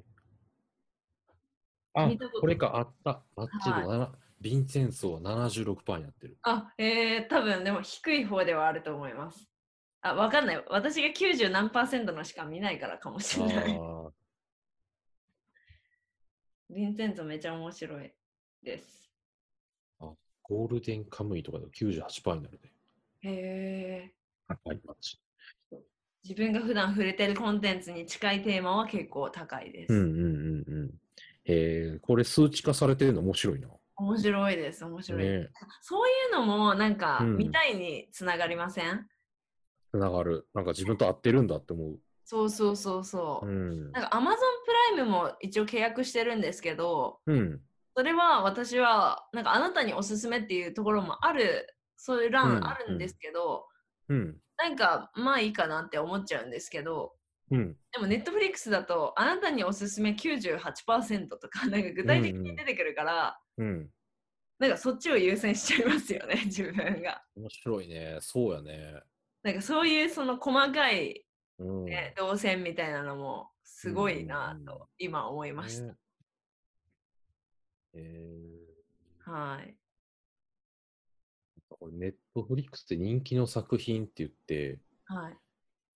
[SPEAKER 2] あ
[SPEAKER 1] 見たこ、と
[SPEAKER 2] これか、あった。マッチ度7、ヴィンセンソーは76%になってる。
[SPEAKER 1] あ、えー、多分でも低い方ではあると思います。あ、わかんない。私が90何パーセントのしか見ないからかもし
[SPEAKER 2] あ
[SPEAKER 1] れ ない。
[SPEAKER 2] ー
[SPEAKER 1] ヴィンセントめちゃ面白いです。
[SPEAKER 2] ゴールデンカムイとかでも98%になるね。
[SPEAKER 1] へえ。
[SPEAKER 2] 高いマッチ。
[SPEAKER 1] 自分が普段触れてるコンテンツに近いテーマは結構高いです。
[SPEAKER 2] うんうんうん。えー、これ数値化されてるの面白いな。
[SPEAKER 1] 面白いです。面白い。
[SPEAKER 2] ね。
[SPEAKER 1] そういうのもなんか
[SPEAKER 2] うん
[SPEAKER 1] 見たいにつながりません、
[SPEAKER 2] つながる。なんか自分と合ってるんだって思。
[SPEAKER 1] そうそうそうそうう。
[SPEAKER 2] うん。
[SPEAKER 1] なんか Amazon プライムも一応契約してるんですけど、
[SPEAKER 2] うん。
[SPEAKER 1] それは私はなんかあなたにおすすめっていうところもあるそういう
[SPEAKER 2] うん
[SPEAKER 1] 欄あるんですけど、
[SPEAKER 2] うん。
[SPEAKER 1] なんかまあいいかなって思っちゃうんですけど
[SPEAKER 2] うん。
[SPEAKER 1] でもネットフリックスだとあなたにおすすめ98%とかなんか具体的
[SPEAKER 2] うんうん
[SPEAKER 1] に出てくるから、
[SPEAKER 2] うん。
[SPEAKER 1] なんかそっちを優先しちゃいますよね 自分が。
[SPEAKER 2] 面白いね。そうやね。
[SPEAKER 1] なんかそういうその細かい、
[SPEAKER 2] うん。
[SPEAKER 1] ね動線みたいなのもすごいな
[SPEAKER 2] うんうんうん
[SPEAKER 1] と今思いました。
[SPEAKER 2] ねえ
[SPEAKER 1] はい。
[SPEAKER 2] ー、これネットフリックスで人気の作品って言って、
[SPEAKER 1] はい。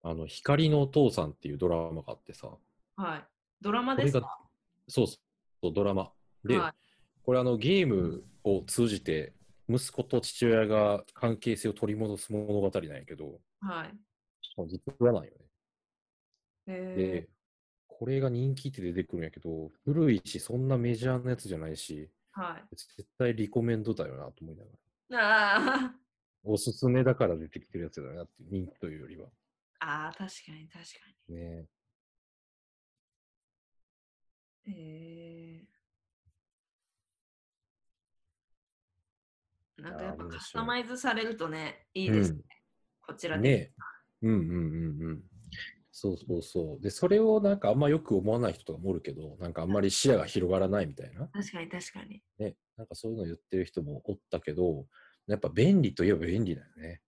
[SPEAKER 2] あの、光のお父さんっていうドラマがあってさ、
[SPEAKER 1] はい。ドラマ
[SPEAKER 2] こ
[SPEAKER 1] で
[SPEAKER 2] れ
[SPEAKER 1] す
[SPEAKER 2] が
[SPEAKER 1] か、
[SPEAKER 2] そうそう、ドラマ。で、
[SPEAKER 1] はい
[SPEAKER 2] これあのゲームを通じて息子と父親が関係性を取り戻す物語なんやけど、
[SPEAKER 1] はい。
[SPEAKER 2] 実はないよね。
[SPEAKER 1] えー
[SPEAKER 2] で、これが人気って出てくるんやけど、古いし、そんなメジャーなやつじゃないし、
[SPEAKER 1] は
[SPEAKER 2] 絶対リコメンドだよなと思いながら。
[SPEAKER 1] い。あー
[SPEAKER 2] おすすめだから出てきてるやつだなって、人気というよりは。
[SPEAKER 1] あー、確かに確か
[SPEAKER 2] ね
[SPEAKER 1] に。えー。なんかやっぱ
[SPEAKER 2] いやー面白い
[SPEAKER 1] カスタマイズされるとね、い
[SPEAKER 2] え。
[SPEAKER 1] いですね。こち
[SPEAKER 2] う
[SPEAKER 1] ら
[SPEAKER 2] ん。
[SPEAKER 1] で。
[SPEAKER 2] ねえ。うんうんうんうん。そうそうそう。で、それをなんかあんまよく思わない人とかもおるけど、なんかあんまり視野が広がらないみたいな。
[SPEAKER 1] 確かに確かに。
[SPEAKER 2] ね。なんかそういうの言ってる人もおったけど、やっぱ便利といえば便利だよね。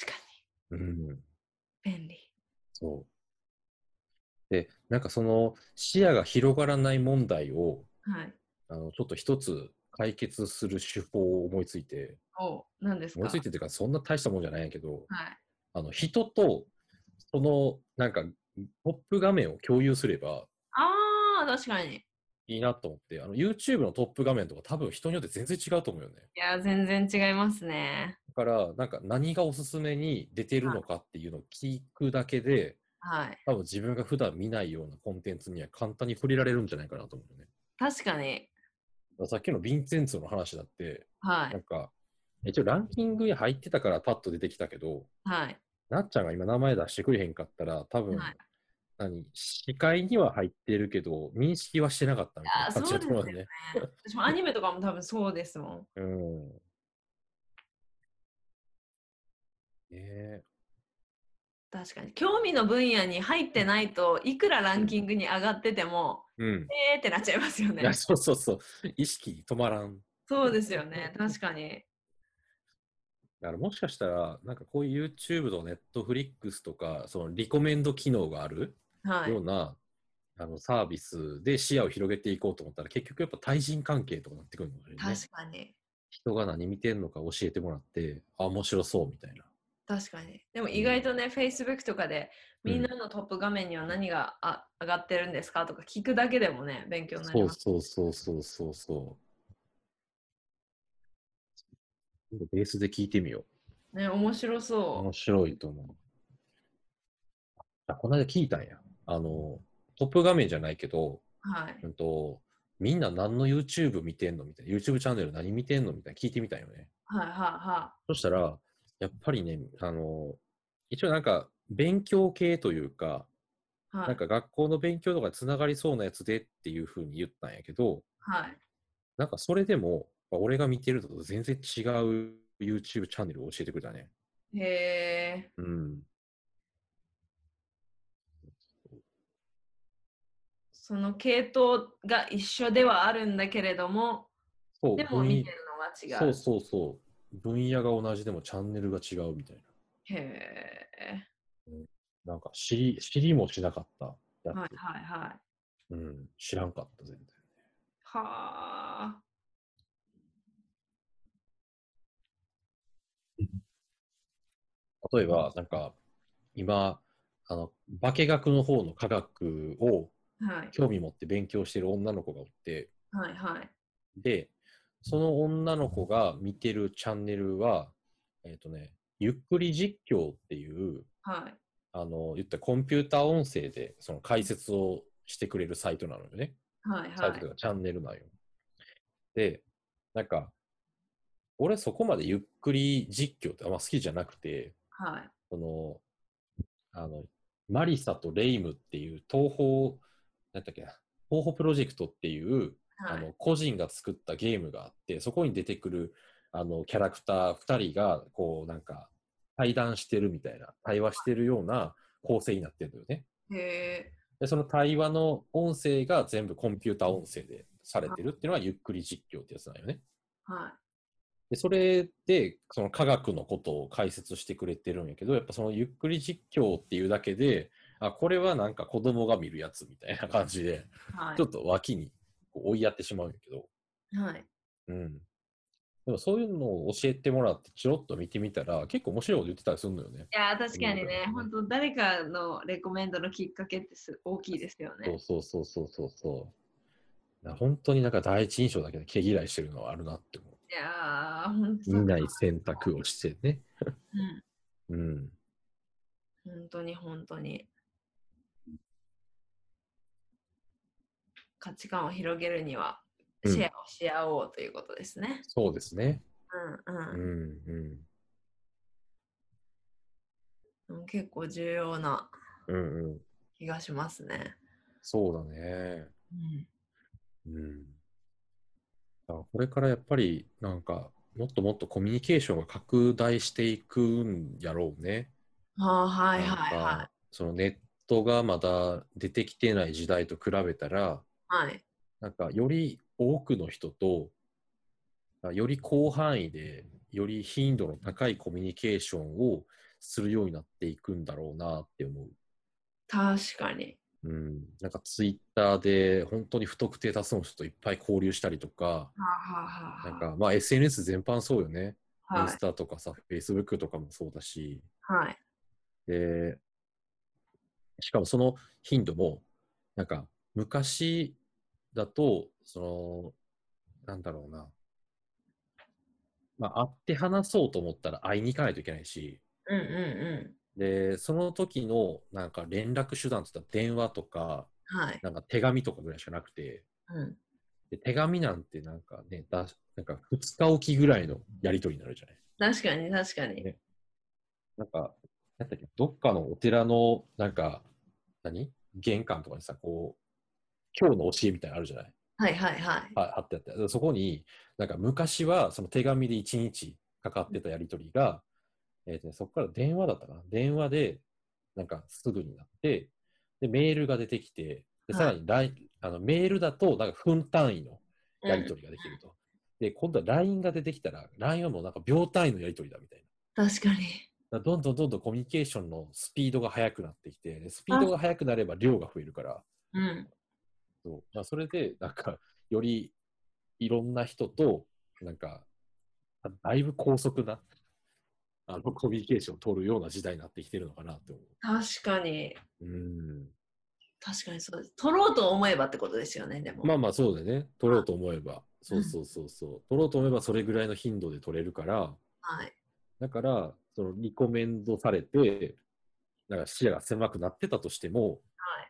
[SPEAKER 1] 確か
[SPEAKER 2] うん。
[SPEAKER 1] に。便利。
[SPEAKER 2] そう。で、なんかその視野が広がらない問題を、
[SPEAKER 1] はい。
[SPEAKER 2] あのちょっと一つ解決する手法を思いついて、
[SPEAKER 1] お何ですか
[SPEAKER 2] 思いついてというか、そんな大したもんじゃないんやけど、
[SPEAKER 1] はい。
[SPEAKER 2] あの人と、その、なんか、トップ画面を共有すれば
[SPEAKER 1] ああ、確かに。い
[SPEAKER 2] いいなと思って、あの YouTube のトップ画面とか、多分人によって全然違うと思うよね。
[SPEAKER 1] や、全然違いますね。
[SPEAKER 2] だから、なんか、何がおすすめに出てるのかっていうのを聞くだけで、
[SPEAKER 1] はい。
[SPEAKER 2] 多分自分が普段見ないようなコンテンツには簡単に触れられるんじゃないかなと思うよね。
[SPEAKER 1] 確かに。
[SPEAKER 2] だからさっきのヴィンセンツォの話だって、
[SPEAKER 1] は。
[SPEAKER 2] ないんか、一応ランキングに入ってたからパッと出てきたけど、
[SPEAKER 1] はい。
[SPEAKER 2] なっちゃんが今名前出してくれへんかったら、多分、
[SPEAKER 1] はい
[SPEAKER 2] 何、視界には入ってるけど、認識はしてなかったみたい
[SPEAKER 1] あ
[SPEAKER 2] な感じだと思うん
[SPEAKER 1] そうで
[SPEAKER 2] だ
[SPEAKER 1] す
[SPEAKER 2] よね。
[SPEAKER 1] 私もアニメとかも多分そうですもん。
[SPEAKER 2] うん。ねえ
[SPEAKER 1] 確かに。興味の分野に入ってないといくらランキングに上がってても、
[SPEAKER 2] うん。
[SPEAKER 1] えーってなっちゃいますよ
[SPEAKER 2] いや、
[SPEAKER 1] ね。
[SPEAKER 2] そうそうそう。意識止まらん。
[SPEAKER 1] そうですよね。確かに。
[SPEAKER 2] だからもしかしたら、なんかこういう YouTube と Netflix とか、そのリコメンド機能がある
[SPEAKER 1] はい。
[SPEAKER 2] ような、あのサービスで視野を広げていこうと思ったら、結局やっぱ対人関係とかなってくるのよね。
[SPEAKER 1] 確かに。
[SPEAKER 2] 人が何見てんのか教えてもらって、あ、面白そうみたいな。
[SPEAKER 1] 確かに。でも意外とね、Facebook とかでみんなのトップ画面には何があ上がってるんですかとか聞くだけでもね、勉強になり
[SPEAKER 2] そう
[SPEAKER 1] ます。
[SPEAKER 2] そうそうそうそうそう。ベースで聞いてみよ
[SPEAKER 1] ね、面白
[SPEAKER 2] う。
[SPEAKER 1] そ
[SPEAKER 2] 面白いと思う。あこの間聞いたんや。あの、トップ画面じゃないけど、
[SPEAKER 1] う。はい。
[SPEAKER 2] うんと、みんな何の YouTube 見てんのみたいな。YouTube チャンネル何見てんのみたいな聞いてみたんよね。
[SPEAKER 1] はいはいは
[SPEAKER 2] そしたら、やっぱりね、あの、一応なんか勉強系というか、
[SPEAKER 1] い。は
[SPEAKER 2] なん
[SPEAKER 1] い。
[SPEAKER 2] か学校の勉強とかにつながりそうなやつでっていうふうに言ったんやけど、
[SPEAKER 1] はい、
[SPEAKER 2] なんかそれでも、まあ俺が見てるのと全然違う YouTube チャンネルを教えてくれたね。
[SPEAKER 1] へえ。
[SPEAKER 2] うん。
[SPEAKER 1] その系統が一緒ではあるんだけれども、
[SPEAKER 2] そう、
[SPEAKER 1] でも
[SPEAKER 2] 分
[SPEAKER 1] 見てるのは
[SPEAKER 2] そ
[SPEAKER 1] 違
[SPEAKER 2] う
[SPEAKER 1] う。
[SPEAKER 2] そうそう。分野が同じでもチャンネルが違うみたい
[SPEAKER 1] へえ。
[SPEAKER 2] な。なんか知り、知りもしなかったやつ。
[SPEAKER 1] はいはいはい。
[SPEAKER 2] うん。知らんかった、全然。
[SPEAKER 1] はあ。
[SPEAKER 2] 例えば、なんか、今、あの、化学の方の科学を
[SPEAKER 1] はい
[SPEAKER 2] 興味持って勉強してる女の子がおって、
[SPEAKER 1] はいはい。
[SPEAKER 2] で、その女の子が見てるチャンネルは、えっ、とね、ゆっくり実況っていう、
[SPEAKER 1] はい。
[SPEAKER 2] あの、言ったらコンピューター音声でその解説をしてくれるサイトなのよね。
[SPEAKER 1] はい
[SPEAKER 2] サイ
[SPEAKER 1] は
[SPEAKER 2] トとい
[SPEAKER 1] い。
[SPEAKER 2] うかチャンネルなんよ。で、なんか、俺そこまでゆっくり実況ってあんま好きじゃなくて、
[SPEAKER 1] はい。
[SPEAKER 2] その、あの、マリサとレイムっていう東宝、なんだっけな、東宝プロジェクトっていう
[SPEAKER 1] は
[SPEAKER 2] あ
[SPEAKER 1] い
[SPEAKER 2] の個人が作ったゲームがあってそこに出てくるあのキャラクター2人がこうなんか対談してるみたいな対話してるような構成になってるのよね
[SPEAKER 1] へえ。
[SPEAKER 2] でその対話の音声が全部コンピューター音声でされてるっていうのがゆっくり実況ってやつなんよね
[SPEAKER 1] は
[SPEAKER 2] でそれでその科学のことを解説してくれてるんやけどやっぱそのゆっくり実況っていうだけであこれはなんか子供が見るやつみたいな感じで
[SPEAKER 1] い。は
[SPEAKER 2] ちょっと脇にこう追いやってしまうんやけど
[SPEAKER 1] い。はい。
[SPEAKER 2] うん。でもそういうのを教えてもらって、ちょろっと見てみたら、結構面白いこと言ってたりするのよね。
[SPEAKER 1] いやー確かに
[SPEAKER 2] そうだ
[SPEAKER 1] ね
[SPEAKER 2] よね、
[SPEAKER 1] 本当誰かのレコメンドのきっかけってす大きいですよね。
[SPEAKER 2] そうそうそうそうそうそう。な本当になんか第一印象だけで毛嫌いしてるのはあるなって思う。
[SPEAKER 1] いやー、本当
[SPEAKER 2] 見ない選択をしてね。
[SPEAKER 1] うん
[SPEAKER 2] うん。
[SPEAKER 1] 本当に本当に。価値観を広げるには
[SPEAKER 2] うん
[SPEAKER 1] シェアをし合おうということですね。
[SPEAKER 2] そうですね。
[SPEAKER 1] うん
[SPEAKER 2] う
[SPEAKER 1] うんん
[SPEAKER 2] うん。
[SPEAKER 1] でも結構重要な
[SPEAKER 2] うんうん。
[SPEAKER 1] 気がしますね。
[SPEAKER 2] そうだね。
[SPEAKER 1] うん
[SPEAKER 2] うん。だからこれからやっぱり、なんか、もっともっとコミュニケーションが拡大していくんやろうね。
[SPEAKER 1] あーはい
[SPEAKER 2] なん
[SPEAKER 1] はいは
[SPEAKER 2] かそのネットがまだ出てきてない時代と比べたら、
[SPEAKER 1] い。はい。
[SPEAKER 2] なんかより多くの人と、より広範囲で、より頻度の高いコミュニケーションをするようになっていくんだろうなって思う。
[SPEAKER 1] 確かに。
[SPEAKER 2] うん、なんかツイッターで本当に不特定多数の人といっぱい交流したりとか、
[SPEAKER 1] はあ、はあはあ
[SPEAKER 2] なんかまあ SNS 全般そうよね。イン
[SPEAKER 1] は
[SPEAKER 2] ス
[SPEAKER 1] い。
[SPEAKER 2] タとかさ、Facebook とかもそうだし、
[SPEAKER 1] はい。
[SPEAKER 2] で、しかもその頻度も、なんか昔だと、その、なんだろうな。まあ、会って話そうと思ったら会いに行かないといけないし、
[SPEAKER 1] うんう
[SPEAKER 2] で、その時のなんか連絡手段って言ったら電話とか、
[SPEAKER 1] んうん。はい。
[SPEAKER 2] なんか手紙とかぐらいしかなくて、
[SPEAKER 1] うん、
[SPEAKER 2] で手紙なんてなんかね、だなんか2日おきぐらいのやりとりになるじゃない。
[SPEAKER 1] 確かに確かに。
[SPEAKER 2] ねなんか、なんだっけ、どっかのお寺の、なんか、何玄関とかにさ、こう、今日の教えみたいなのあるじゃない
[SPEAKER 1] はいはいはい。
[SPEAKER 2] ああってあって。でそこに、なんか昔は、その手紙で1日かかってたやりとりが、えーとねそこから電話だったかな電話で、なんかすぐになって、で、メールが出てきて、で、さらに LINE、あのメールだと、なんか分単位のやり
[SPEAKER 1] うん
[SPEAKER 2] とりができると。で、今度は LINE が出てきたら、LINE はもうなんか秒単位のやりとりだみたいな。
[SPEAKER 1] 確かに。
[SPEAKER 2] だからどんどんどんどんコミュニケーションのスピードが速くなってきて、でスピードが速くなれば量が増えるから、
[SPEAKER 1] うん。
[SPEAKER 2] そうまあ、それで、なんか、よりいろんな人と、なんか、あだいぶ高速な、あの、コミュニケーションを取るような時代になってきてるのかなって思
[SPEAKER 1] 確かに。
[SPEAKER 2] う。うん。
[SPEAKER 1] 確かにそうです。取ろうと思えばってことですよね、でも。
[SPEAKER 2] まあまあ、そうだよね。取ろうと思えば。そうそうそうそう。取ろうと思えばそれぐらいの頻度で取れるから、
[SPEAKER 1] はい。
[SPEAKER 2] だから、そのリコメンドされて、なんか視野が狭くなってたとしても、
[SPEAKER 1] はい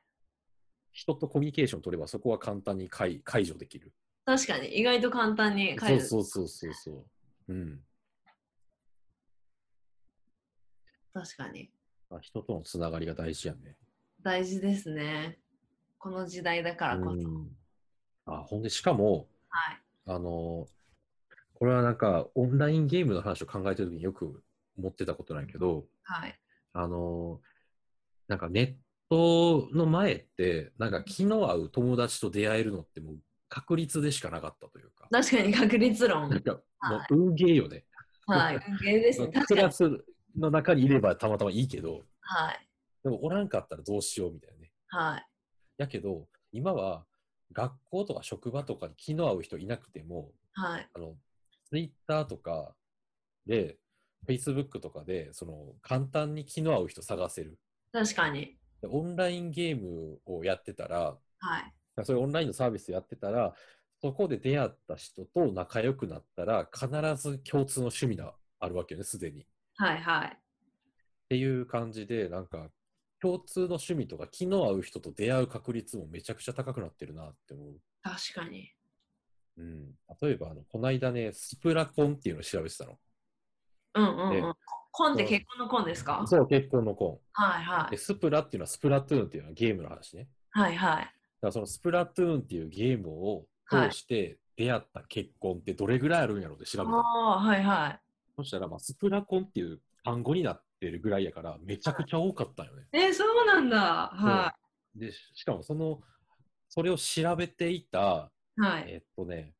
[SPEAKER 2] 人とコミュニケーションを取ればそこは簡単に解解除できる。
[SPEAKER 1] 確かに、意外と簡単に解除。
[SPEAKER 2] そうそうそうそうそう。うん。
[SPEAKER 1] 確かに。
[SPEAKER 2] まあ、人とのつながりが大事やね。
[SPEAKER 1] 大事ですね。この時代だからこそ。
[SPEAKER 2] うん、あほんで、しかも、
[SPEAKER 1] はい。
[SPEAKER 2] あのこれはなんかオンラインゲームの話を考えてる時によく思ってたことなんやけど、
[SPEAKER 1] はい。
[SPEAKER 2] あのなんかネットの前って、なんか気の合う友達と出会えるのってもう確率でしかなかったというか、
[SPEAKER 1] 確かに確率
[SPEAKER 2] なん
[SPEAKER 1] 論。
[SPEAKER 2] かもう運ゲーよね。
[SPEAKER 1] はい。運ゲーですね。確
[SPEAKER 2] ク
[SPEAKER 1] か
[SPEAKER 2] ラ
[SPEAKER 1] に。
[SPEAKER 2] スの中にいればたまたまいいけど、
[SPEAKER 1] はい。
[SPEAKER 2] でもおらんかったらどうしようみたいなね。
[SPEAKER 1] はい。
[SPEAKER 2] やけど、今は学校とか職場とかに気の合う人いなくても、
[SPEAKER 1] はい。
[SPEAKER 2] あの、ツイッターとかで、Facebook とかで、その、簡単に気の合う人探せる。
[SPEAKER 1] 確かに。
[SPEAKER 2] でオンラインゲームをやってたら、
[SPEAKER 1] はい。
[SPEAKER 2] そういうオンラインのサービスやってたら、そこで出会った人と仲良くなったら、必ず共通の趣味があるわけよね、すでに。っ
[SPEAKER 1] はい。はい。
[SPEAKER 2] ていう感じで、なんか、共通の趣味とか気の合う人と出会う確率もめちゃくちゃ高くなってるなって思う。
[SPEAKER 1] 確かに。
[SPEAKER 2] うん、例えばあの、この間ね、スプラコンっていうのを調べてたの。
[SPEAKER 1] うんうんう
[SPEAKER 2] ね
[SPEAKER 1] ん。コンって結婚のコンですか
[SPEAKER 2] そう、結婚のコ
[SPEAKER 1] はいは
[SPEAKER 2] ン。で、
[SPEAKER 1] い。
[SPEAKER 2] スプラっていうのはスプラトゥーンっていうのはゲームの話ね。
[SPEAKER 1] はいはい。
[SPEAKER 2] だからそのスプラトゥーンっていうゲームを通して出会った結婚ってどれぐらいあるんやろうって調べたの。
[SPEAKER 1] ああー、はいはい。
[SPEAKER 2] そしたら、まあ、スプラコンっていう単語になってるぐらいやから、めちゃくちゃ多かったよね。
[SPEAKER 1] えー、そうなんだ。は
[SPEAKER 2] で、しかもその、それを調べていた、
[SPEAKER 1] い。はい。
[SPEAKER 2] えっとね、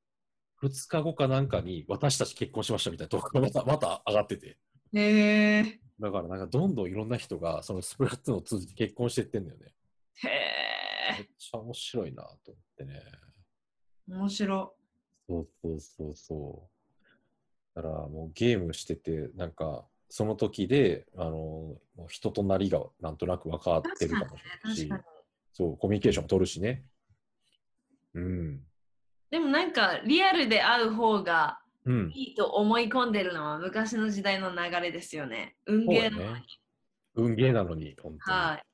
[SPEAKER 2] 2日後かなんかに私たち結婚しましたみたいな動画がまた、また上がってて。
[SPEAKER 1] へえ。
[SPEAKER 2] だからなんかどんどんいろんな人がそのスプラトゥーンを通じて結婚していってんだよね。
[SPEAKER 1] へ
[SPEAKER 2] め
[SPEAKER 1] え。
[SPEAKER 2] っちゃ面白いなと思ってね。
[SPEAKER 1] 面白。
[SPEAKER 2] そうそうそうそう。だからもうゲームしてて、なんかその時で、あの、もう人となりがなんとなく分かってるかもしれない
[SPEAKER 1] 確
[SPEAKER 2] し、
[SPEAKER 1] かに。
[SPEAKER 2] そう、コミュニケーションも取るしね。うん。
[SPEAKER 1] でもなんかリアルで会う方が
[SPEAKER 2] うん。
[SPEAKER 1] いいと思い込んでるのは昔の時代の流れですよね。運
[SPEAKER 2] そう
[SPEAKER 1] ゲ
[SPEAKER 2] や
[SPEAKER 1] ーの、
[SPEAKER 2] ね。運ゲーなのに、本当に。
[SPEAKER 1] はい。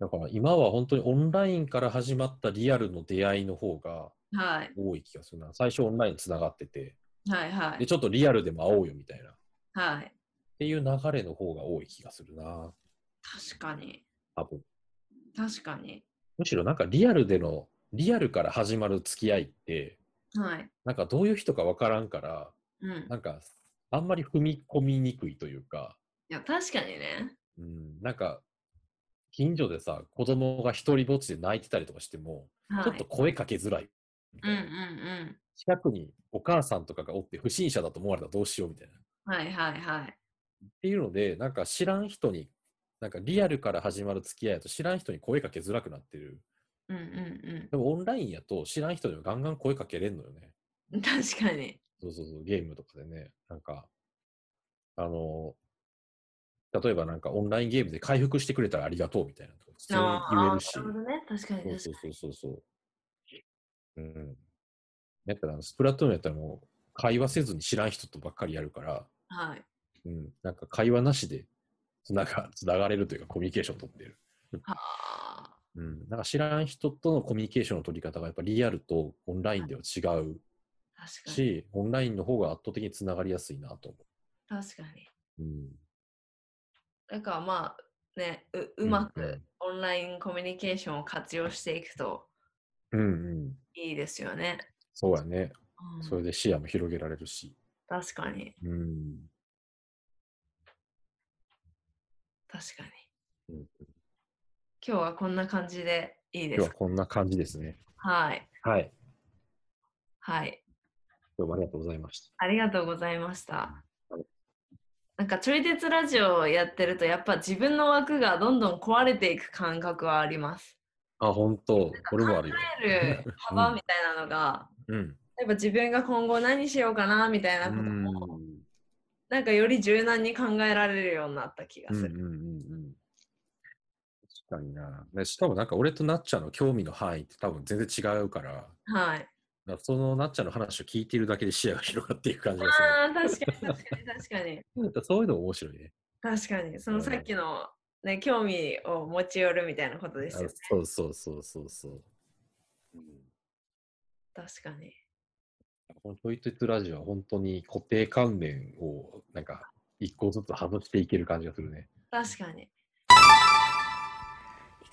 [SPEAKER 2] だから今は本当にオンラインから始まったリアルの出会いの方が
[SPEAKER 1] はい
[SPEAKER 2] 多い気がするな。最初オンラインつながってて、
[SPEAKER 1] はいは
[SPEAKER 2] で、
[SPEAKER 1] い
[SPEAKER 2] ちょっとリアルでも会おうよみたいな。っ
[SPEAKER 1] はい
[SPEAKER 2] ていう流れの方が多い気がするな。
[SPEAKER 1] 確かに
[SPEAKER 2] 多分。
[SPEAKER 1] 確かに
[SPEAKER 2] むしろなんかリアルでの、リアルから始まる付き合いって、
[SPEAKER 1] はい
[SPEAKER 2] なんかどういう人かわからんから、
[SPEAKER 1] うんい
[SPEAKER 2] なんかあんまり踏み込みにくいというか、
[SPEAKER 1] や確かにね
[SPEAKER 2] うん、なんか近所でさ、子供が一人ぼっちで泣いてたりとかしても、
[SPEAKER 1] はい
[SPEAKER 2] ちょっと声かけづらい。み
[SPEAKER 1] うん
[SPEAKER 2] た
[SPEAKER 1] う
[SPEAKER 2] い
[SPEAKER 1] ん
[SPEAKER 2] な近くにお母さんとかがおって不審者だと思われたらどうしようみたいな。っ
[SPEAKER 1] うんはいはいはい
[SPEAKER 2] ていうので、なんか知らん人に、なんかリアルから始まる付き合いだと知らん人に声かけづらくなってる。
[SPEAKER 1] うんうん
[SPEAKER 2] でもオンラインやと知らん人にもガンガン声かけれんのよね。
[SPEAKER 1] うん確かに
[SPEAKER 2] そうそうそう、ゲームとかでね。なんか、あの、例えばなんかオンラインゲームで回復してくれたらありがとうみたいなとか普通に言えるし。
[SPEAKER 1] あーなるほどね確かに確か
[SPEAKER 2] そう
[SPEAKER 1] に
[SPEAKER 2] そうそうそうそう。うん。だから、スプラトゥーンやったらもう、会話せずに知らん人とばっかりやるから、
[SPEAKER 1] はい
[SPEAKER 2] うん、なんか会話なしでつなが、 つながれるというか、コミュニケーションを取ってる。
[SPEAKER 1] はあ
[SPEAKER 2] うん、なんか知らん人とのコミュニケーションの取り方がやっぱリアルとオンラインでは違う
[SPEAKER 1] 確かに
[SPEAKER 2] し、オンラインの方が圧倒的につながりやすいなと思
[SPEAKER 1] 確かに
[SPEAKER 2] う。うん。
[SPEAKER 1] だからまあねううまくオンラインコミュニケーションを活用していくと
[SPEAKER 2] うんうん。
[SPEAKER 1] いいですよね、
[SPEAKER 2] そうやね。
[SPEAKER 1] うん
[SPEAKER 2] それで視野も広げられるし。
[SPEAKER 1] 確かに
[SPEAKER 2] うん。
[SPEAKER 1] 確かに、
[SPEAKER 2] うん
[SPEAKER 1] 今日はこんな感じでいいで
[SPEAKER 2] 今日
[SPEAKER 1] す
[SPEAKER 2] はこんな感じですね。
[SPEAKER 1] かはい
[SPEAKER 2] はい。
[SPEAKER 1] はい
[SPEAKER 2] どうもありがとうございました。
[SPEAKER 1] ありがとうございました
[SPEAKER 2] はい
[SPEAKER 1] なんかちょい鉄ラジオをやってるとやっぱ自分の枠がどんどん壊れていく感覚はあります。
[SPEAKER 2] あ、本当。俺もあるよ。
[SPEAKER 1] 入る幅みたいなのが、
[SPEAKER 2] うん。
[SPEAKER 1] やっぱ自分が今後何しようかなみたいな
[SPEAKER 2] う
[SPEAKER 1] こと
[SPEAKER 2] ん
[SPEAKER 1] もなんかより柔軟に考えられるようになった気が
[SPEAKER 2] うんうん
[SPEAKER 1] す
[SPEAKER 2] う
[SPEAKER 1] る。
[SPEAKER 2] ん。確かにな。ねしかもなんか俺となっちゃんの興味の範囲って多分全然違うから、だか
[SPEAKER 1] はい。
[SPEAKER 2] らそのなっちゃんの話を聞いてるだけで視野が広がっていく感じがす
[SPEAKER 1] ああ、確かに確かに確かに。
[SPEAKER 2] る。だからそういうのも面白いね。
[SPEAKER 1] 確かに。そのさっきの、ね、興味を持ち寄るみたいなことですよね
[SPEAKER 2] あ。そうそうそうそうそう。うん
[SPEAKER 1] 確かに。
[SPEAKER 2] このトイトイツラジオは本当に固定観念をなんか一個ずつ外していける感じがするね。
[SPEAKER 1] 確かに。い